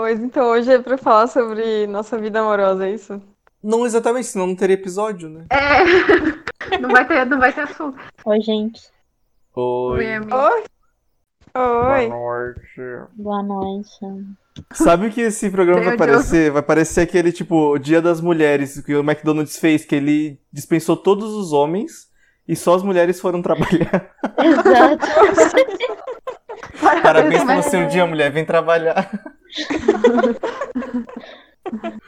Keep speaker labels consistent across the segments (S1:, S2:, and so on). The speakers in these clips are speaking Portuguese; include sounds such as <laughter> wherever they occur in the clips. S1: Mas então hoje é pra falar sobre nossa vida amorosa, é isso?
S2: Não exatamente, senão não teria episódio, né?
S3: É. <laughs> Não vai ter, não vai ter assunto.
S4: Oi, gente.
S3: Oi,
S2: Oi.
S3: amigo.
S1: Oi! Oi!
S2: noite.
S4: Boa noite. <laughs>
S2: Sabe o que esse programa vai
S3: Meu Deus.
S2: parecer? Vai parecer aquele, tipo, Dia das Mulheres que o McDonald's fez, que ele dispensou todos os homens e só as mulheres foram trabalhar.
S4: Exato.
S2: Parabéns
S3: mas-
S2: pelo seu dia, mulher. Vem trabalhar.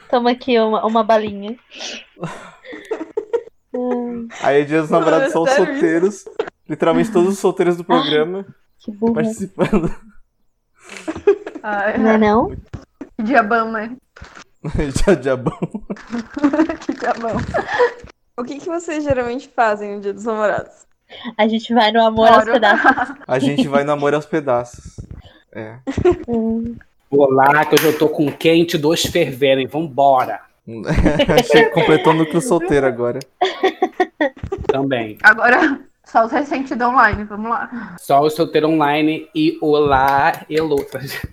S4: Toma aqui uma, uma
S5: <laughs>
S4: balinha. Ai,
S2: Aí Dia dos
S1: Mano,
S2: Namorados são os
S1: sério isso?
S2: solteiros. Literalmente todos os solteiros do programa
S4: que burra.
S2: participando. <laughs>
S3: Ah,
S4: Não é não?
S3: que diabão, né?
S2: Já diabão.
S3: Que diabão.
S1: tá O que, que vocês geralmente fazem no dia dos namorados?
S4: A gente vai no amor aos
S3: Claro.
S4: pedaços.
S2: A gente vai namorar aos pedaços. <laughs> É.
S4: Hum,
S5: Olá, que hoje eu tô com quente, dois ferverem, vambora.
S2: Achei que completou o núcleo solteiro agora.
S5: Também.
S3: Agora, só os recentes do online, vamos lá.
S5: Só o solteiro online e olá, Elotas.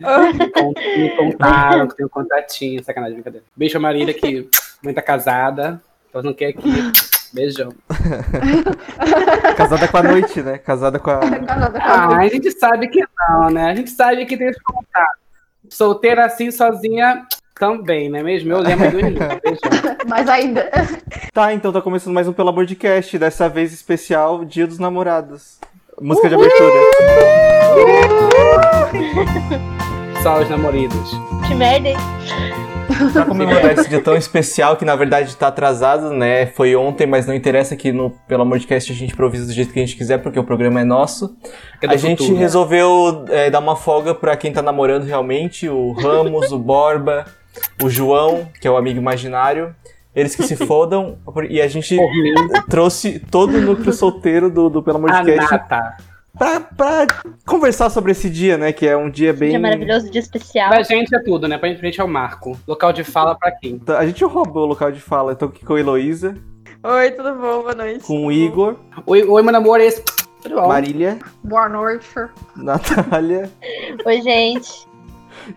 S1: Oh,
S5: Me con- me contaram que tem um contatinho, sacanagem, brincadeira. Beijo a Marília, que mãe tá casada, ela não quer aqui. Beijão.
S2: Casada com a noite, né? Casada com a.
S5: Ah, a gente sabe que não, né? A gente sabe que tem que contar. Solteira assim, sozinha, também, não é mesmo? Eu lembro do início. Beijão.
S3: Mas ainda.
S2: Tá, então tá começando mais um Pelo Amor de Cast, dessa vez especial Dia dos Namorados. Música de abertura.
S5: Só os namoridos.
S4: Que merda, hein?
S2: Pra comemorar esse dia tão especial que na verdade tá atrasado, né? Foi ontem, mas não interessa que no Pelo Amor de Cast a gente improvisa do jeito que a gente quiser, porque o programa é nosso.
S5: Que é do
S2: A gente
S5: futuro.
S2: resolveu é, dar uma folga pra quem tá namorando realmente, o Ramos, <laughs> o Borba, o João, que é o amigo imaginário. Eles que se fodam, e a gente
S5: Por mim,
S2: trouxe todo o núcleo solteiro do, do Pelo Amor
S5: a
S2: de Cast
S5: nata.
S2: pra, pra conversar sobre esse dia, né? Que é um dia bem.
S4: Dia maravilhoso, dia especial.
S5: Pra gente é tudo, né? Pra gente é o marco. Local de fala pra quem?
S2: Tá, A gente roubou o local de fala. Eu tô aqui com a Heloísa,
S1: Oi, tudo bom? Boa noite.
S2: com o Igor,
S5: Oi, oi meu namoro, é esse. Tudo bom?
S2: Marília, <laughs>
S3: Boa noite.
S2: Natália
S4: Oi, gente.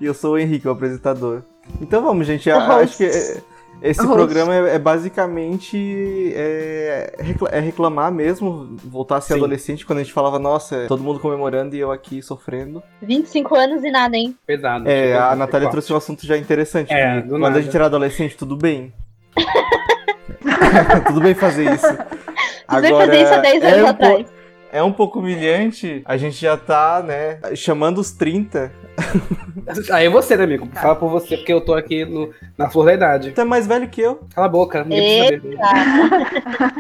S2: e eu sou o Henrique, o apresentador. Então vamos, gente. a-
S4: Host.
S2: acho que é- esse
S3: Host.
S2: programa é, é basicamente é, recla- é reclamar mesmo, voltar a ser
S5: Sim.
S2: adolescente quando a gente falava, nossa, é todo mundo comemorando e eu aqui sofrendo.
S4: 25 anos e nada, hein?
S5: Pesado.
S2: É,
S5: Tipo,
S2: a Natália
S5: igual.
S2: trouxe um assunto já interessante. que
S5: É, do
S2: quando
S5: nada.
S2: a gente era adolescente, tudo bem. <laughs> tudo bem fazer isso.
S4: Você vai fazer isso há 10 anos
S2: é um po-
S4: atrás.
S2: É um pouco humilhante, a gente já tá, né, chamando os 30.
S5: Aí você, né, amigo? Fala por você, porque eu tô aqui no- na flor da idade.
S2: Tu é mais velho que eu.
S5: Cala a boca, ninguém precisa saber.
S4: Eita.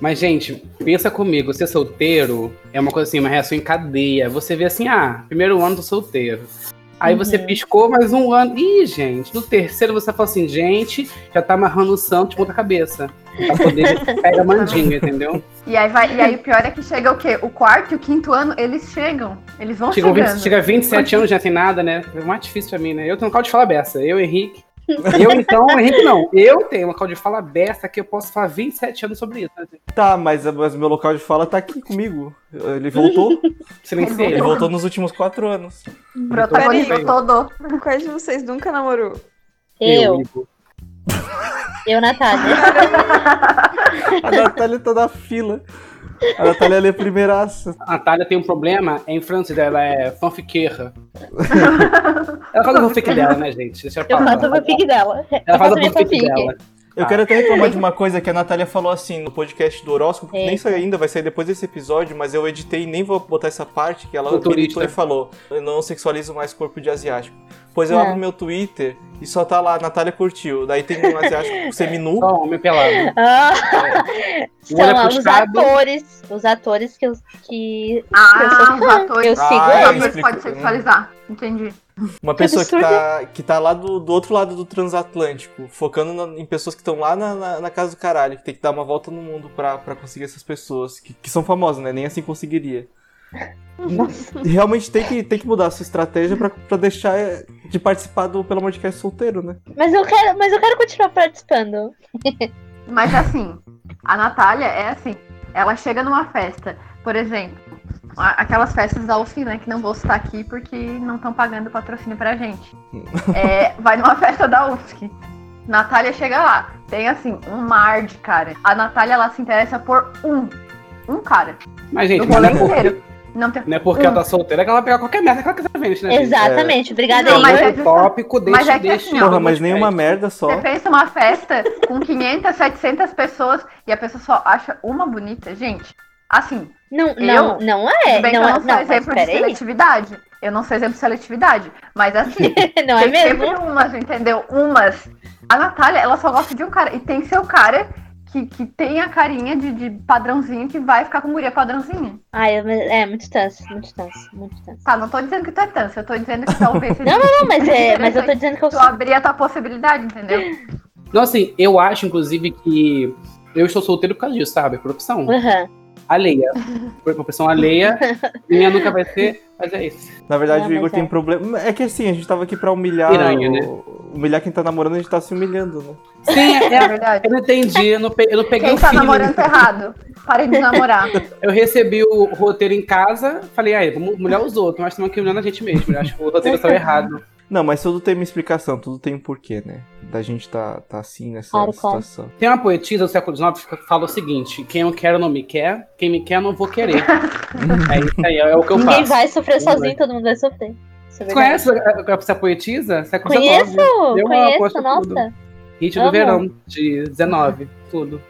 S5: Mas, gente, pensa comigo, ser solteiro é uma coisa assim, uma reação em cadeia. Você vê assim, ah, primeiro ano do solteiro. Aí você piscou mais um ano. Ih, gente, no terceiro você fala assim, gente, já tá amarrando o santo de ponta cabeça. Pra poder pegar a mandinga, entendeu?
S3: E aí, vai, e aí o pior é que chega o quê? O quarto e o quinto ano, eles chegam. Eles vão
S5: Chega,
S3: chegando.
S5: 20, chega 27 anos já sem nada, né? É mais difícil pra mim, né? Eu tenho local de fala beça. Eu, Henrique. Eu, então, Henrique, não. Eu tenho local de fala beça que eu posso falar 27 anos sobre isso. Né?
S2: Tá, mas, mas meu local de fala tá aqui comigo. Ele voltou. <laughs>
S5: Silenciei.
S2: ele voltou nos últimos quatro anos.
S3: Protagonizou
S5: Peraí.
S3: todo.
S1: Quais de vocês nunca namorou?
S4: Eu, eu, Natália.
S2: A Natália tá na fila. A Natália ela é primeiraça.
S5: A Natália tem um problema em francês, ela é
S3: <laughs>
S5: fanfiqueira. ela faz a fanfic dela, né, gente? Deixa eu
S4: Eu
S5: falar.
S4: faço a fanfic dela.
S5: Ela faz a
S4: minha
S5: fanfic dela.
S2: Eu
S5: Ah.
S2: quero até reclamar de uma coisa que a Natália falou assim no podcast do horóscopo, que
S4: É.
S2: nem saiu ainda, vai sair depois desse episódio, mas eu editei e nem vou botar essa parte que ela
S5: Futurista.
S2: militou e falou. Eu não sexualizo mais corpo de asiático. Pois eu
S4: É.
S2: abro meu Twitter e só tá lá, a Natália curtiu. Daí tem um asiático seminu.
S5: Só homem
S4: <laughs>
S5: pelado.
S4: Ah,
S5: O olho é
S4: são os
S5: puxado.
S4: atores. Os atores que eu, que
S3: Ah,
S4: Eu sou
S3: os
S4: eu
S3: atores.
S4: sigo
S2: Ah,
S3: Os
S2: é
S4: eles.
S2: isso.
S3: atores podem sexualizar. Entendi.
S2: Uma
S4: Que
S2: pessoa que
S4: absurdo.
S2: tá, que tá lá do, do outro lado do transatlântico, focando na- em pessoas que estão lá na, na, na casa do caralho, que tem que dar uma volta no mundo pra, pra conseguir essas pessoas, que, que são famosas, né? Nem assim conseguiria. E Realmente tem que, tem que mudar a sua estratégia pra, pra deixar eh, de participar do Pelo Amor de Cast solteiro, né?
S4: Mas eu quero, mas eu quero continuar participando.
S3: Mas assim, a Natália é assim. Ela chega numa festa, por exemplo. a- aquelas festas da UFI, né? Que não vou citar aqui porque não estão pagando patrocínio pra gente. É, vai numa festa da UFSC. Natália chega lá, tem assim, um mar de cara. A Natália ela se interessa por um. Um cara.
S5: Mas,
S3: Do
S5: gente, mas não
S3: rolê
S5: é porque,
S3: inteiro. Não tem.
S5: não é porque ela tá solteira que ela vai pegar qualquer merda que ela quiser vender, né? gente?
S4: Hum. Exatamente, obrigada
S3: Não,
S4: aí.
S3: mas-
S5: Outro
S3: é justa-
S5: tópico, deixa,
S3: mas é que
S5: deixa.
S3: assim, ó,
S2: Porra, mas nenhuma
S4: é
S2: merda só.
S3: Você pensa uma festa com 500, 700 pessoas e a pessoa só acha uma bonita, gente. Assim,
S4: Não, não, não é.
S3: tudo bem que
S4: Não,
S3: eu
S4: é-
S3: não sou
S4: não, mas
S3: exemplo de
S4: peraí.
S3: seletividade. Eu não sou exemplo de seletividade. Mas assim,
S4: <laughs> Não é
S3: tem sempre
S4: mesmo?
S3: umas, entendeu? Umas. A Natália, ela só gosta de um cara. E tem que ser o cara que, que tem a carinha de, de padrãozinho que vai ficar com guria padrãozinha.
S4: Ai, eu- é, muito tanso, muito tanso, muito tanso.
S3: Tá, não tô dizendo que tu é tanso, eu tô dizendo que talvez
S4: <laughs> Não, não, não, mas, é, mas eu tô dizendo que eu
S3: tu
S4: sou.
S3: abrir a tua possibilidade,
S4: <laughs>
S3: entendeu?
S5: Não, assim, eu acho, inclusive, que eu estou solteiro por causa disso, sabe? Por opção
S4: Aham. <laughs>
S5: alheia. Por opção alheia, minha nunca vai ser, mas é isso.
S2: Na verdade,
S4: Ah,
S2: o Igor
S4: mas
S2: tem
S4: é.
S2: problema. É que assim, a gente tava aqui pra humilhar.
S5: Piranha,
S2: o-
S5: né?
S2: Humilhar quem tá namorando, a gente tá se humilhando, né?
S5: Sim, é,
S3: É
S5: é,
S3: verdade.
S5: eu não entendi, eu não, pe- eu não peguei
S3: Quem
S4: um
S5: o
S3: tá
S5: feeling.
S3: namorando tá errado. Parem de namorar.
S5: Eu recebi o roteiro em casa, falei, aí, vamos mulher os outros, mas estamos aqui olhando a gente mesmo. Eu acho que o roteiro estava errado.
S2: Não, mas tudo tem uma explicação, tudo tem um porquê, né? Da gente tá, tá assim nessa
S4: Claro, claro.
S2: situação. <laughs>
S5: Tem uma poetisa do século XIX que fala o seguinte: quem eu quero não me quer, quem me quer não vou querer. é isso aí, é o que eu
S4: Ninguém
S5: faço.
S4: vai sofrer
S5: Ninguém
S4: sozinho, todo mundo vai sofrer. Isso é
S5: Você
S4: verdade.
S5: conhece a- a- essa poetisa? Século
S4: Conheço,
S5: XIX. Deu uma aposta
S4: conheço,
S5: tudo.
S4: nossa. <laughs>
S5: Hit
S4: Amo.
S5: do verão, de 19, tudo.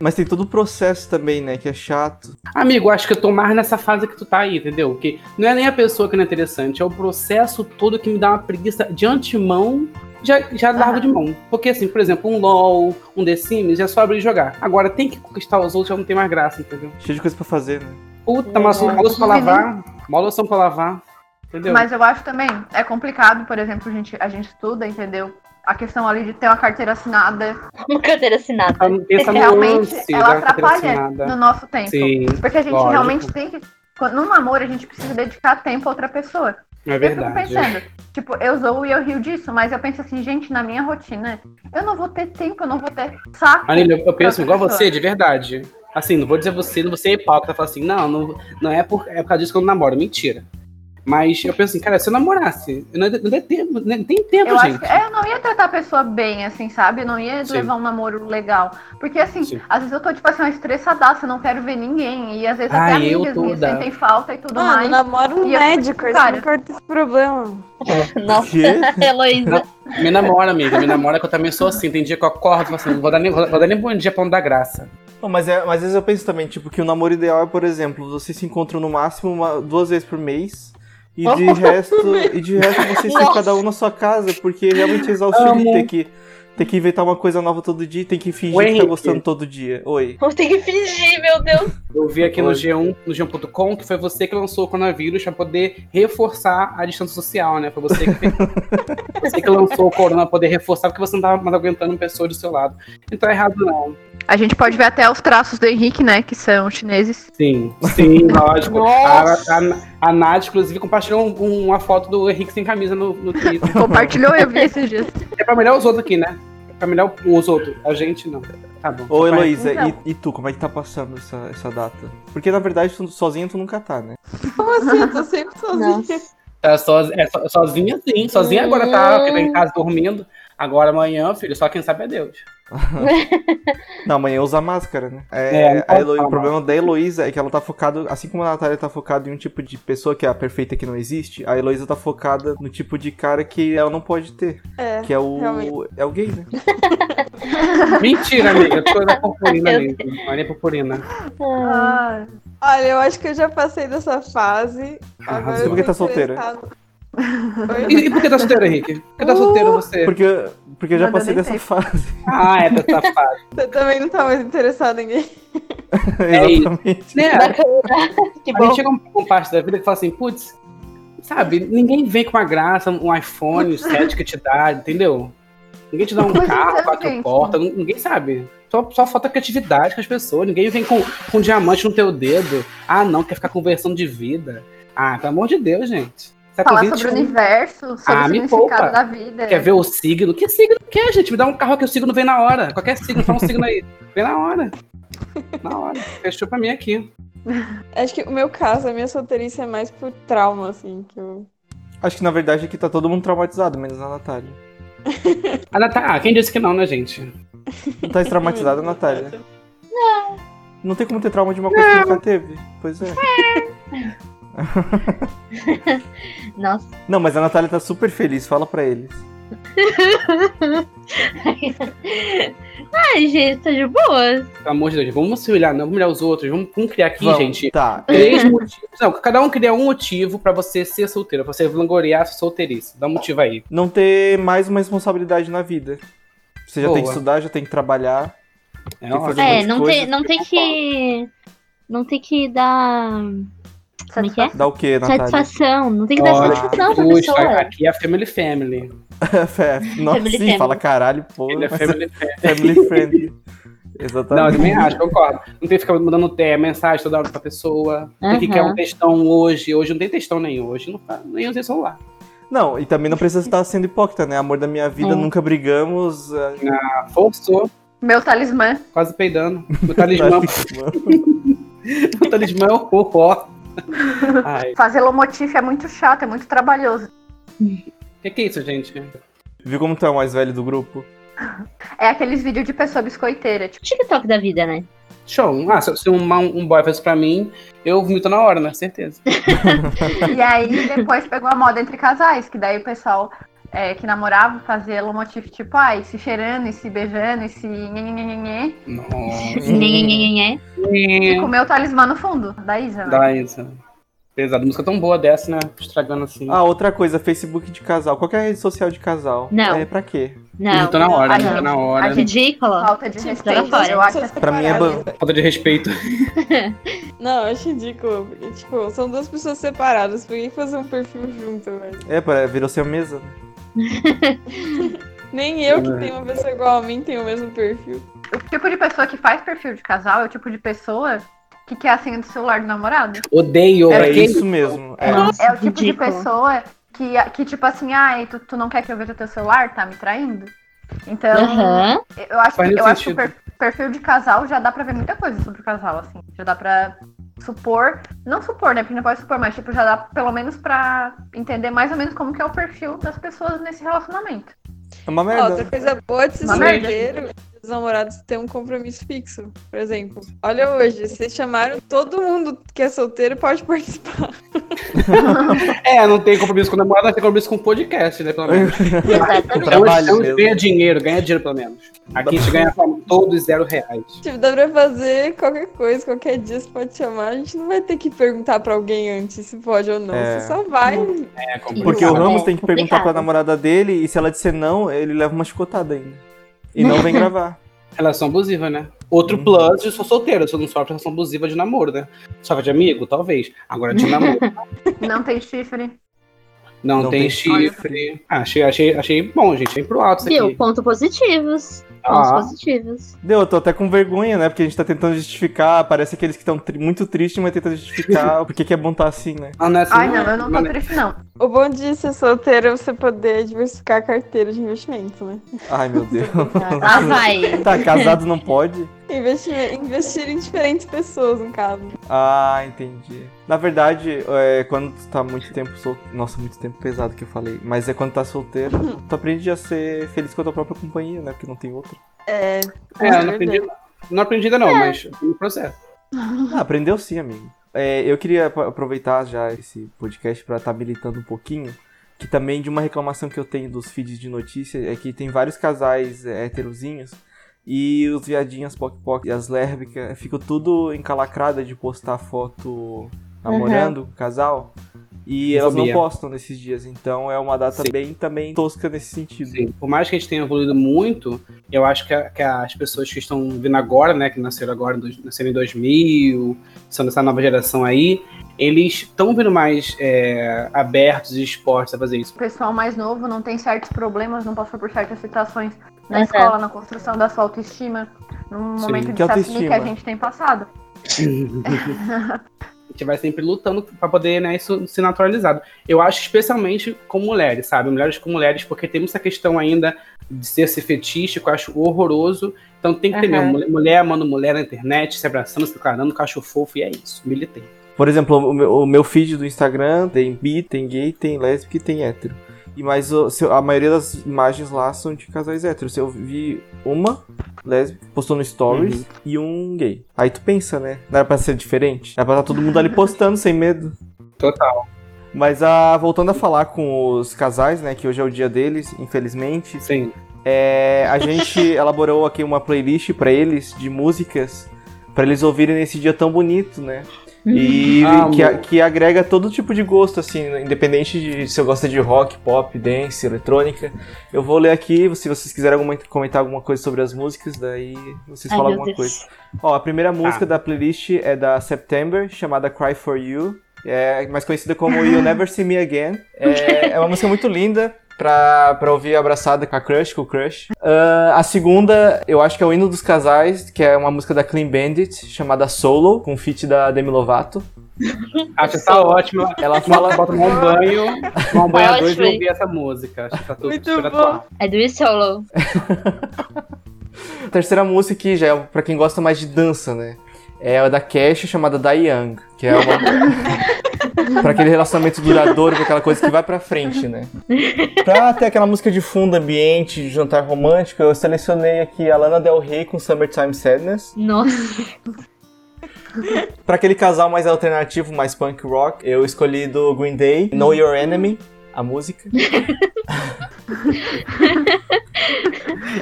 S2: Mas tem todo o processo também, né? Que é chato.
S5: Amigo, acho que eu tô mais nessa fase que tu tá aí, entendeu? Que não é nem a pessoa que não é interessante, é o processo todo que me dá uma preguiça de antemão, já, já largo de mão. Porque, assim, por exemplo, um LOL, um The Sims, é só abrir e jogar. Agora, tem que conquistar os outros, já não tem mais graça, entendeu?
S2: Cheio de coisa pra fazer, né?
S5: Puta,
S3: É.
S5: uma
S4: Verdade.
S5: louça pra lavar, uma loção pra lavar, entendeu?
S3: Mas eu acho também, é complicado, por exemplo, a gente, a gente estuda, entendeu? A questão ali de ter uma carteira assinada
S4: Uma carteira assinada.
S5: Então, Essa
S3: É realmente
S5: nuance
S3: ela
S5: da carteira
S3: atrapalha
S5: assinada.
S3: no nosso tempo.
S5: Sim, é
S3: Porque a gente
S5: lógico.
S3: realmente tem que. quando- Num namoro, a gente precisa dedicar tempo a outra pessoa.
S5: é
S3: Eu
S5: verdade.
S3: fico pensando, tipo, eu zoo e eu rio disso, mas eu penso assim, gente, na minha rotina, eu não vou ter tempo, eu não vou ter saco.
S5: Marília, eu- eu
S3: Outra
S5: penso igual
S3: pessoa.
S5: você, de verdade. Assim, não vou dizer você, não vou ser hipócrita, falar assim, não, não, não é, por, é por causa disso que eu não namoro, mentira. Mas eu penso assim, cara, se eu namorasse, eu não, não, tem tempo, não tem tempo,
S3: Eu acho
S5: gente.
S3: que é, eu não ia tratar a pessoa bem, assim, sabe? Eu não ia
S5: Sim.
S3: levar um namoro legal. Porque, assim,
S5: Sim.
S3: às vezes eu tô, tipo assim, uma estressadaça, não quero ver ninguém. E às vezes
S5: Ah,
S3: até
S5: eu
S3: amigas minhas
S5: toda.
S3: sentem falta e tudo
S1: Mano,
S3: mais.
S1: namora um
S3: E eu
S1: médico,
S3: fico,
S1: isso
S3: cara.
S1: não corta esse problema.
S4: <laughs> Nossa, <laughs>
S2: Quê?
S4: Heloísa.
S5: Me namora, amiga, me namora que eu também sou assim. Tem dia que eu acordo e falo assim, não vou dar, nem, vou dar nem bom dia pra não dar graça.
S2: Não, mas, é, mas às vezes eu penso também, tipo, que o namoro ideal é, por exemplo, vocês se encontram no máximo uma- duas vezes por mês. E de resto, e de resto vocês ficam
S4: Nossa.
S2: cada um na sua casa, porque realmente é exaustivo
S5: Amo.
S2: ter que, ter que inventar uma coisa nova todo dia e tem que fingir
S5: Ô,
S2: que tá
S5: Henrique.
S2: gostando todo dia. Oi.
S4: Vou ter que fingir, meu Deus.
S5: Eu vi aqui no
S2: Olha.
S5: G1, no G1.com, que foi você que lançou o coronavírus pra poder reforçar a distância social, né? Foi você que, você que lançou o corona pra poder reforçar, porque você não tava mais aguentando pessoa do seu lado. Então é errado não.
S3: A gente pode ver até os traços do Henrique, né? Que são
S5: <laughs>
S3: chineses.
S5: Sim, sim, lógico. A,
S4: Nossa.
S5: a, a Nath, inclusive, compartilhou um- uma foto do Henrique sem camisa no, no
S4: <laughs>
S5: Twitter.
S3: Compartilhou eu vi esses dias.
S5: É pra melhor os outros aqui, né? É pra melhor os outros. A gente não. Tá bom.
S2: Ô,
S5: Vai.
S2: Heloísa,
S3: Então.
S2: e, e tu, como é que tá passando essa, essa data? Porque na verdade, tu, sozinha tu nunca tá, né?
S1: Como assim? Eu tô sempre sozinha.
S4: Nossa.
S5: Tá so- é so- sozinha, sim. Sozinha agora tá, porque tá em casa dormindo. Agora amanhã, filho, só quem sabe é Deus.
S2: Não, amanhã usa máscara, né? É,
S5: É, não
S2: a
S5: pode
S2: Helo-
S5: falar
S2: o problema da Heloísa é que ela tá focada, assim como a Natália tá focada em um tipo de pessoa que é a perfeita que não existe, a Heloísa tá focada no tipo de cara que ela não pode ter,
S1: É.
S2: que é o,
S1: Realmente.
S2: é o gay, né?
S5: Mentira, amiga. Coisa purpurina
S4: Meu
S5: mesmo. Não é nem purpurina.
S4: Ah,
S1: Olha, eu acho que eu já passei dessa fase. Agora
S5: Arrasou.
S1: eu
S2: Por que
S1: tô
S2: tá solteira?
S1: interessada.
S5: E,
S1: Oi?
S5: e por que tá solteiro, Henrique? Por
S4: Uh!
S5: que tá solteiro você?
S2: Porque, porque eu já
S3: Nada
S2: passei
S3: nem
S2: dessa
S3: sei.
S2: fase. <laughs>
S5: Ah, é tá safado.
S1: Você também não tá mais interessado em ninguém.
S5: isso.
S2: Exatamente.
S5: Né?
S4: que
S5: A gente
S4: bom.
S5: chega a um- um parte da vida que fala assim, putz, sabe, ninguém vem com uma graça, um iPhone 7 que te dá, entendeu? Ninguém te dá um
S3: Pois
S5: carro,
S3: é,
S5: quatro
S3: gente.
S5: portas, nu- ninguém sabe. Só, só falta criatividade com as pessoas, ninguém vem com, com um diamante no teu dedo. Ah, não, quer ficar conversando de vida. Ah, pelo amor de Deus, gente. Século
S3: Falar sobre o
S5: 21,
S3: universo, sobre
S5: Ah,
S3: o
S5: me poupa.
S3: significado da vida.
S5: Quer ver o signo? Que signo que é, gente? Me dá um carro que o signo vem na hora. Qualquer signo, fala um signo aí. Vem na hora. Na hora. Fechou pra mim aqui.
S1: Acho que o meu caso, a minha solteirice é mais por trauma, assim, que eu.
S2: Acho que na verdade aqui tá todo mundo traumatizado, menos a Natália.
S5: A Natália, ah, quem disse que não, né, gente?
S2: Não tá traumatizada a Natália? Não. Não tem como ter trauma de uma coisa que nunca teve? Pois é.
S4: Nossa,
S2: Não, mas a Natália tá super feliz, fala pra eles.
S4: ai, gente, tá de boas.
S5: Pelo amor de Deus, vamos se olhar, não vamos olhar os outros, vamos, vamos criar aqui,
S2: Vamos,
S5: gente.
S2: Tá.
S5: Três <laughs> motivos. Não, cada um cria um motivo pra você ser solteiro, pra você vangloriar a sua solteirice. Dá um motivo aí.
S2: Não ter mais uma responsabilidade na vida. Você já tem que
S5: Boa.
S2: estudar, já tem que trabalhar.
S5: É,
S2: que
S5: ó,
S2: fazer
S4: É,
S2: Muita
S4: não
S2: coisa
S4: tem, não
S5: tá
S4: tem que. Não tem que dar. Como é que é?
S2: Dá o quê, Natália?
S4: Satisfação. Não tem que dar
S5: ó,
S4: satisfação pra
S5: puxa,
S4: pessoa.
S5: Aqui é a Family Family.
S2: <laughs> É, Nossa,
S4: Family
S2: sim, fala
S4: friendly.
S2: caralho, pô.
S5: Ele é
S2: mas
S5: Family Family.
S2: é Family friendly.
S5: <laughs> Não, eu
S2: Exatamente.
S5: também acho, concordo. Não tem que ficar mandando té, mensagem toda hora pra pessoa. Tem que
S4: Aham.
S5: criar um textão hoje. Hoje não tem textão nenhum. Hoje não faz, nem usei celular.
S2: Não, e também não precisa estar sendo hipócrita, né? Amor da minha vida,
S4: É.
S2: nunca brigamos. eh,
S5: Ah, forçou,
S3: Meu talismã.
S5: quase peidando. O
S2: tá
S5: talismã, <laughs> o talismã é o ó. Ai,
S3: Fazer lomotif é muito chato, é muito trabalhoso.
S5: o que, que é isso, gente?
S2: Viu como tu é o mais velho do
S4: <laughs>
S2: grupo?
S3: É aqueles vídeos de pessoa biscoiteira. Tipo,
S4: TikTok da vida, né?
S5: Show. Ah, se, se um, um boy faz isso pra mim, eu vomito na hora, né? Certeza.
S3: e
S5: <laughs>
S3: aí depois pegou a moda entre casais, que daí o pessoal é, que namorava fazia lomotif tipo, ai, se cheirando e se beijando e se. nhenhenhenhenhen,
S5: Nossa.
S4: Nhenhenhenhenhen.
S3: E com o meu talismã no fundo, da Isa. né?
S5: Dá isso. Pesado. Música tão boa dessa, né? Estragando assim.
S2: Ah, outra coisa, Facebook de casal. Qual que é a rede social de casal?
S4: Não.
S2: É pra quê?
S4: Não. é
S5: vomito na hora,
S3: a
S5: vomito
S3: gente-
S5: na hora.
S3: a gente-
S4: Ridícula.
S3: Falta
S1: Tipo,
S3: de respeito,
S4: fora.
S3: eu acho.
S2: Pra mim é ban.
S5: Falta de respeito.
S1: Não, eu acho ridículo. Porque, tipo, são duas pessoas separadas. Por que fazer um perfil junto, velho?
S2: É, pra- virou ser a mesa.
S1: Nem eu
S5: É.
S1: que tenho uma pessoa igual a mim tenho o mesmo perfil.
S3: O tipo de pessoa que faz perfil de casal é o tipo de pessoa que quer a senha do celular do namorado.
S5: Odeio.
S2: É,
S5: pra quem-
S2: isso mesmo. É.
S4: Nossa,
S3: É o tipo
S4: ridícula.
S3: de pessoa que, que tipo assim, ai, tu, tu não quer que eu veja teu celular? Tá me traindo? Então,
S4: Aham.
S3: eu acho,
S5: Faz
S3: que- eu
S5: muito
S3: acho que o per- perfil de casal já dá pra ver muita coisa sobre o casal, assim. Já dá pra supor, não supor, né? Porque não pode supor, mas tipo, já dá pelo menos pra entender mais ou menos como que é o perfil das pessoas nesse relacionamento.
S2: É uma
S1: Ó, outra
S2: merda.
S1: coisa boa de ser
S3: Uma merda.
S1: solteiro é os namorados ter um compromisso fixo. Por exemplo, olha hoje, vocês chamaram todo mundo que é solteiro pode participar.
S5: É, não tem compromisso com namorada, tem compromisso com podcast,
S2: <laughs>
S5: né? Pelo menos.
S2: Com
S4: Exatamente.
S2: trabalho
S5: Então,
S2: mesmo.
S5: ganha dinheiro, ganha dinheiro pelo menos. Aqui a gente ganha com todos zero reais.
S1: Tipo, dá pra fazer qualquer coisa, qualquer dia você pode chamar. A gente não vai ter que perguntar pra alguém antes se pode ou não.
S2: É.
S1: Você só vai.
S5: É, complicado.
S2: Porque o
S4: Isso,
S2: Ramos
S4: é
S2: tem que perguntar pra
S4: complicado.
S2: namorada dele e se ela disser não, ele leva uma chicotada ainda. E não
S4: <laughs>
S2: vem gravar.
S5: Relação abusiva, né? Outro
S2: Uhum.
S5: plus, eu sou solteiro, eu só não sofro relação abusiva de namoro, né? Sofre de amigo? Talvez. Agora de namoro.
S3: Não tem chifre.
S5: Não,
S2: Não
S5: tem,
S2: tem
S5: chifre. Ah, achei, achei, achei bom, gente. Achei pro alto isso
S4: Viu?
S5: aqui.
S4: Pontos positivos. Pontos
S5: Ah,
S4: positivos.
S2: Deu, eu tô até com vergonha, né? Porque a gente tá tentando justificar. Parece aqueles que estão muito tristes, mas tentando justificar por que que é bom estar assim, né?
S5: ah, não é assim,
S3: Ai, não, eu não tô
S5: Mano,
S3: triste, não.
S1: O bom de ser solteiro é você poder diversificar a carteira de investimento, né?
S2: Ai, meu
S4: <laughs>
S2: Deus.
S5: Ah,
S3: Ah,
S4: Lá
S5: <laughs>
S4: vai.
S2: Tá, casado não pode?
S1: Investir, investir em diferentes pessoas, no caso.
S2: Ah, entendi. Na verdade, é, quando tu tá muito tempo solteiro. Nossa, muito tempo pesado que eu falei. Mas é quando tá solteiro, tu aprende a ser feliz com a tua própria companhia, né? Porque não tem outra.
S1: É.
S5: É, eu não aprendi, não
S3: É.
S5: aprendi ainda não, mas no processo.
S2: Ah, aprendeu sim, amigo. É, eu queria ap- aproveitar já esse podcast pra estar militando um pouquinho. Que também de uma reclamação que eu tenho dos feeds de notícia é que tem vários casais é, héterozinhos e os viadinhas poc poc e as lérbica ficam tudo encalacrada de postar foto namorando
S5: Uhum.
S2: com o casal. E elas não
S5: Fobia.
S2: postam nesses dias, então é uma data
S5: Sim.
S2: bem também tosca nesse sentido.
S5: Sim, por mais que a gente tenha evoluído muito, eu acho que, a- que as pessoas que estão vindo agora, né, que nasceram agora, em dois- nasceram em 2000, são dessa nova geração aí, eles estão vindo mais é, abertos e expostos a fazer isso.
S3: O pessoal mais novo não tem certos problemas, não passou por certas situações na
S4: Uhum.
S3: escola, na construção da sua autoestima, num
S5: Sim.
S3: momento de
S2: Que
S3: desafio que a
S2: autoestima?
S3: gente tem passado.
S5: a gente vai sempre lutando pra poder, né, isso ser naturalizado. Eu acho especialmente com mulheres, sabe? Mulheres com mulheres, porque temos essa questão ainda de ser esse fetiche, que eu acho horroroso. Então tem que ter
S4: Aham.
S5: mesmo, mulher amando mulher na internet, se abraçando, se declarando, cachorro fofo, e é isso, militei.
S2: Por exemplo, o meu, o meu feed do Instagram tem bi, tem gay, tem lésbica e tem hétero. E mais o- se- a maioria das imagens lá são de casais héteros. Eu vi uma lésbica postando stories
S5: Uhum.
S2: e um gay. Aí tu pensa, né? Não era pra ser diferente? Era pra estar todo mundo ali postando sem medo.
S5: Total.
S2: Mas ah, voltando a falar com os casais, né? Que hoje é o dia deles, infelizmente.
S5: Sim.
S2: É, a gente elaborou aqui uma playlist pra eles de músicas pra eles ouvirem nesse dia tão bonito, né? E
S5: <laughs> Ah,
S2: que,
S5: amor.
S2: que agrega todo tipo de gosto, assim, né? independente de se eu gosto de rock, pop, dance, eletrônica. Eu vou ler aqui, se vocês quiserem alguma- comentar alguma coisa sobre as músicas, daí vocês
S4: Ai,
S2: falam
S4: meu
S2: alguma
S4: Deus.
S2: coisa. Ó, a primeira
S5: Tá.
S2: música da playlist é da September, chamada Cry For You. É mais conhecida como
S4: <laughs>
S2: You'll Never See Me Again. É, é uma música muito linda pra, pra ouvir abraçada com a crush, com o crush. Ah, a segunda, eu acho que é o Hino dos Casais, que é uma música da Clean Bandit, chamada Solo, com feat da Demi Lovato.
S5: Acho tá essa ótima.
S2: Ela fala...
S5: Fala pra tomar um banho, tomar um banho a dois e
S4: Ótimo.
S5: ouvir essa música. Acho que tá tudo
S1: Muito
S5: super
S1: bom.
S5: atual.
S4: I É do it solo.
S2: A terceira música, que já é pra quem gosta mais de dança, né? É a da Cash, chamada Die Young, que é uma... pra aquele relacionamento duradouro, com aquela coisa que vai pra frente, né? Pra ter aquela música de fundo, ambiente, de jantar romântico, eu selecionei aqui a Lana Del Rey com Summertime Sadness.
S4: Nossa.
S2: Pra aquele casal mais alternativo, mais punk rock, eu escolhi do Green Day, Know Your Enemy, a música.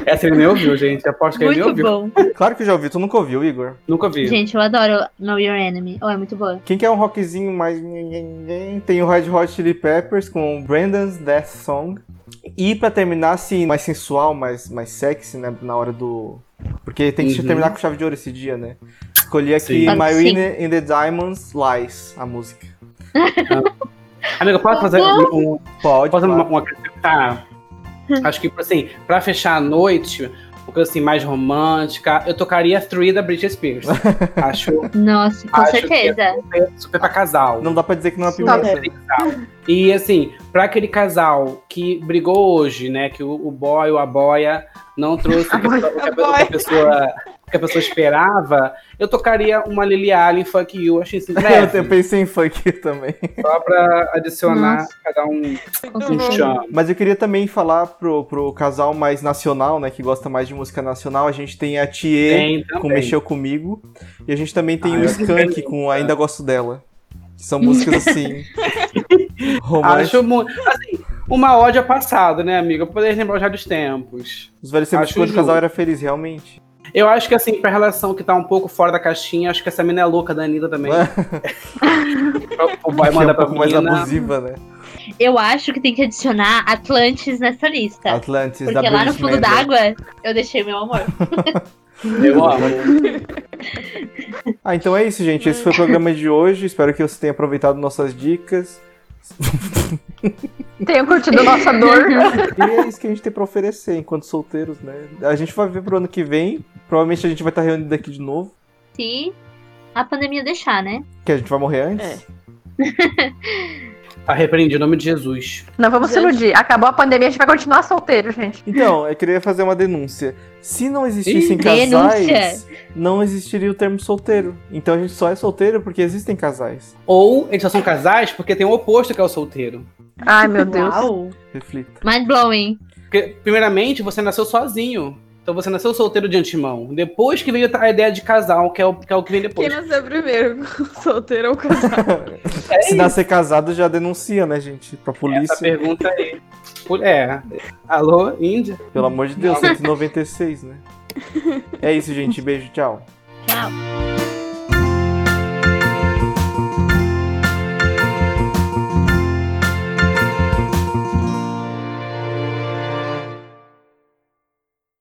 S5: Essa ele nem ouviu, gente. Aposto que ele nem
S4: Muito
S5: ouviu.
S4: bom.
S2: Claro que eu já ouvi, tu nunca ouviu, Igor?
S5: Nunca ouvi.
S4: Gente, eu adoro Know Your Enemy. Oh, é muito boa.
S2: Quem quer um rockzinho mais... Tem o Red Hot Chili Peppers com Brandon's Death Song. E pra terminar, assim, mais sensual, mais, mais sexy, né, na hora do... Porque tem que
S5: Uhum.
S2: terminar com chave de ouro esse dia, né? Escolhi aqui
S5: Sim.
S4: Ah,
S2: My
S4: sim.
S2: Winner in the Diamonds Lies, a música.
S5: Amiga, posso fazer um,
S2: Pode,
S5: Posso
S2: claro.
S5: uma, uma acrescentar? Acho que, assim, pra fechar a noite, uma coisa assim, mais romântica, eu tocaria Three da Britney Spears. Acho
S4: Nossa, com
S5: Acho que é
S4: certeza.
S5: super, super pra casal.
S2: Não dá pra dizer que não é uma
S4: Sim.
S2: pimenta.
S5: E, assim, pra aquele casal que brigou hoje, né, que o, o boy ou a boia não trouxe o que, a pessoa- o que a,
S1: boia.
S5: o que a pessoa... o que a pessoa esperava, eu tocaria uma Lily Allen Fuck You, achei assim,
S2: <laughs> Eu, eu
S5: leve,
S2: pensei em funk <laughs> também.
S5: só pra adicionar
S4: Nossa.
S5: cada um
S1: Muito
S5: um
S4: Sim.
S1: bom.
S5: chão.
S2: Mas eu queria também falar pro, pro casal mais nacional, né? Que gosta mais de música nacional. A gente tem a Thier
S5: Tem
S2: com
S5: também.
S2: Mexeu Comigo. E a gente também tem
S5: Ah,
S2: o
S5: eu
S2: Skank
S5: também.
S2: com Ainda Gosto Dela. Que são músicas
S5: <laughs>
S2: assim. românticas.
S5: Acho muito. Assim, uma ódio ao passado, né, amiga? Pra poder lembrar já dos tempos.
S2: Os velhos tempos
S5: acho
S2: de quando o
S5: justo.
S2: casal era feliz, realmente.
S5: Eu acho que, assim, pra relação que tá um pouco fora da caixinha, acho que essa mina é louca da Anitta também. <laughs> o boy
S2: Que é
S5: manda
S2: um
S5: pra
S2: pouco mais
S5: mina.
S2: abusiva, né?
S4: Eu acho que tem que adicionar Atlantis nessa lista.
S2: Atlantis, da
S4: É, porque lá no
S2: Britney
S4: fundo
S2: Spears.
S4: d'água eu deixei meu amor.
S5: Eu amo.
S2: Ah, então é isso, gente. Esse foi o programa de hoje. Espero que você tenha aproveitado nossas dicas. <laughs>
S3: Tenho curtido nossa dor.
S2: E é isso que a gente tem pra oferecer enquanto solteiros, né? A gente vai ver pro ano que vem. Provavelmente a gente vai estar reunido aqui de novo.
S4: Se a pandemia deixar, né?
S2: Que a gente vai morrer antes?
S1: É.
S5: Arrepreendi Tá em nome de Jesus.
S3: Não vamos se iludir. Acabou a pandemia, a gente vai continuar solteiro, gente.
S2: Então, eu queria fazer uma denúncia. Se não existissem
S4: Ih,
S2: casais,
S4: denúncia.
S2: não existiria o termo solteiro. Então a gente só é solteiro porque existem casais.
S5: Ou eles só são casais porque tem o oposto que é o solteiro.
S3: Ai, meu Deus.
S2: Reflita.
S4: Mind blowing.
S5: Porque, primeiramente, você nasceu sozinho. Então você nasceu solteiro de antemão. Depois que veio a ideia de casal, que é o que, é o que vem
S1: Quem
S5: depois.
S1: nasceu primeiro? <laughs> Solteiro é ou casado?
S2: Se nascer casado, já denuncia, né, gente? Pra polícia.
S5: É Essa pergunta aí. Por- É. Alô, Índia?
S2: Pelo amor de Deus, 196, né? É isso, gente. Beijo, tchau.
S4: Tchau.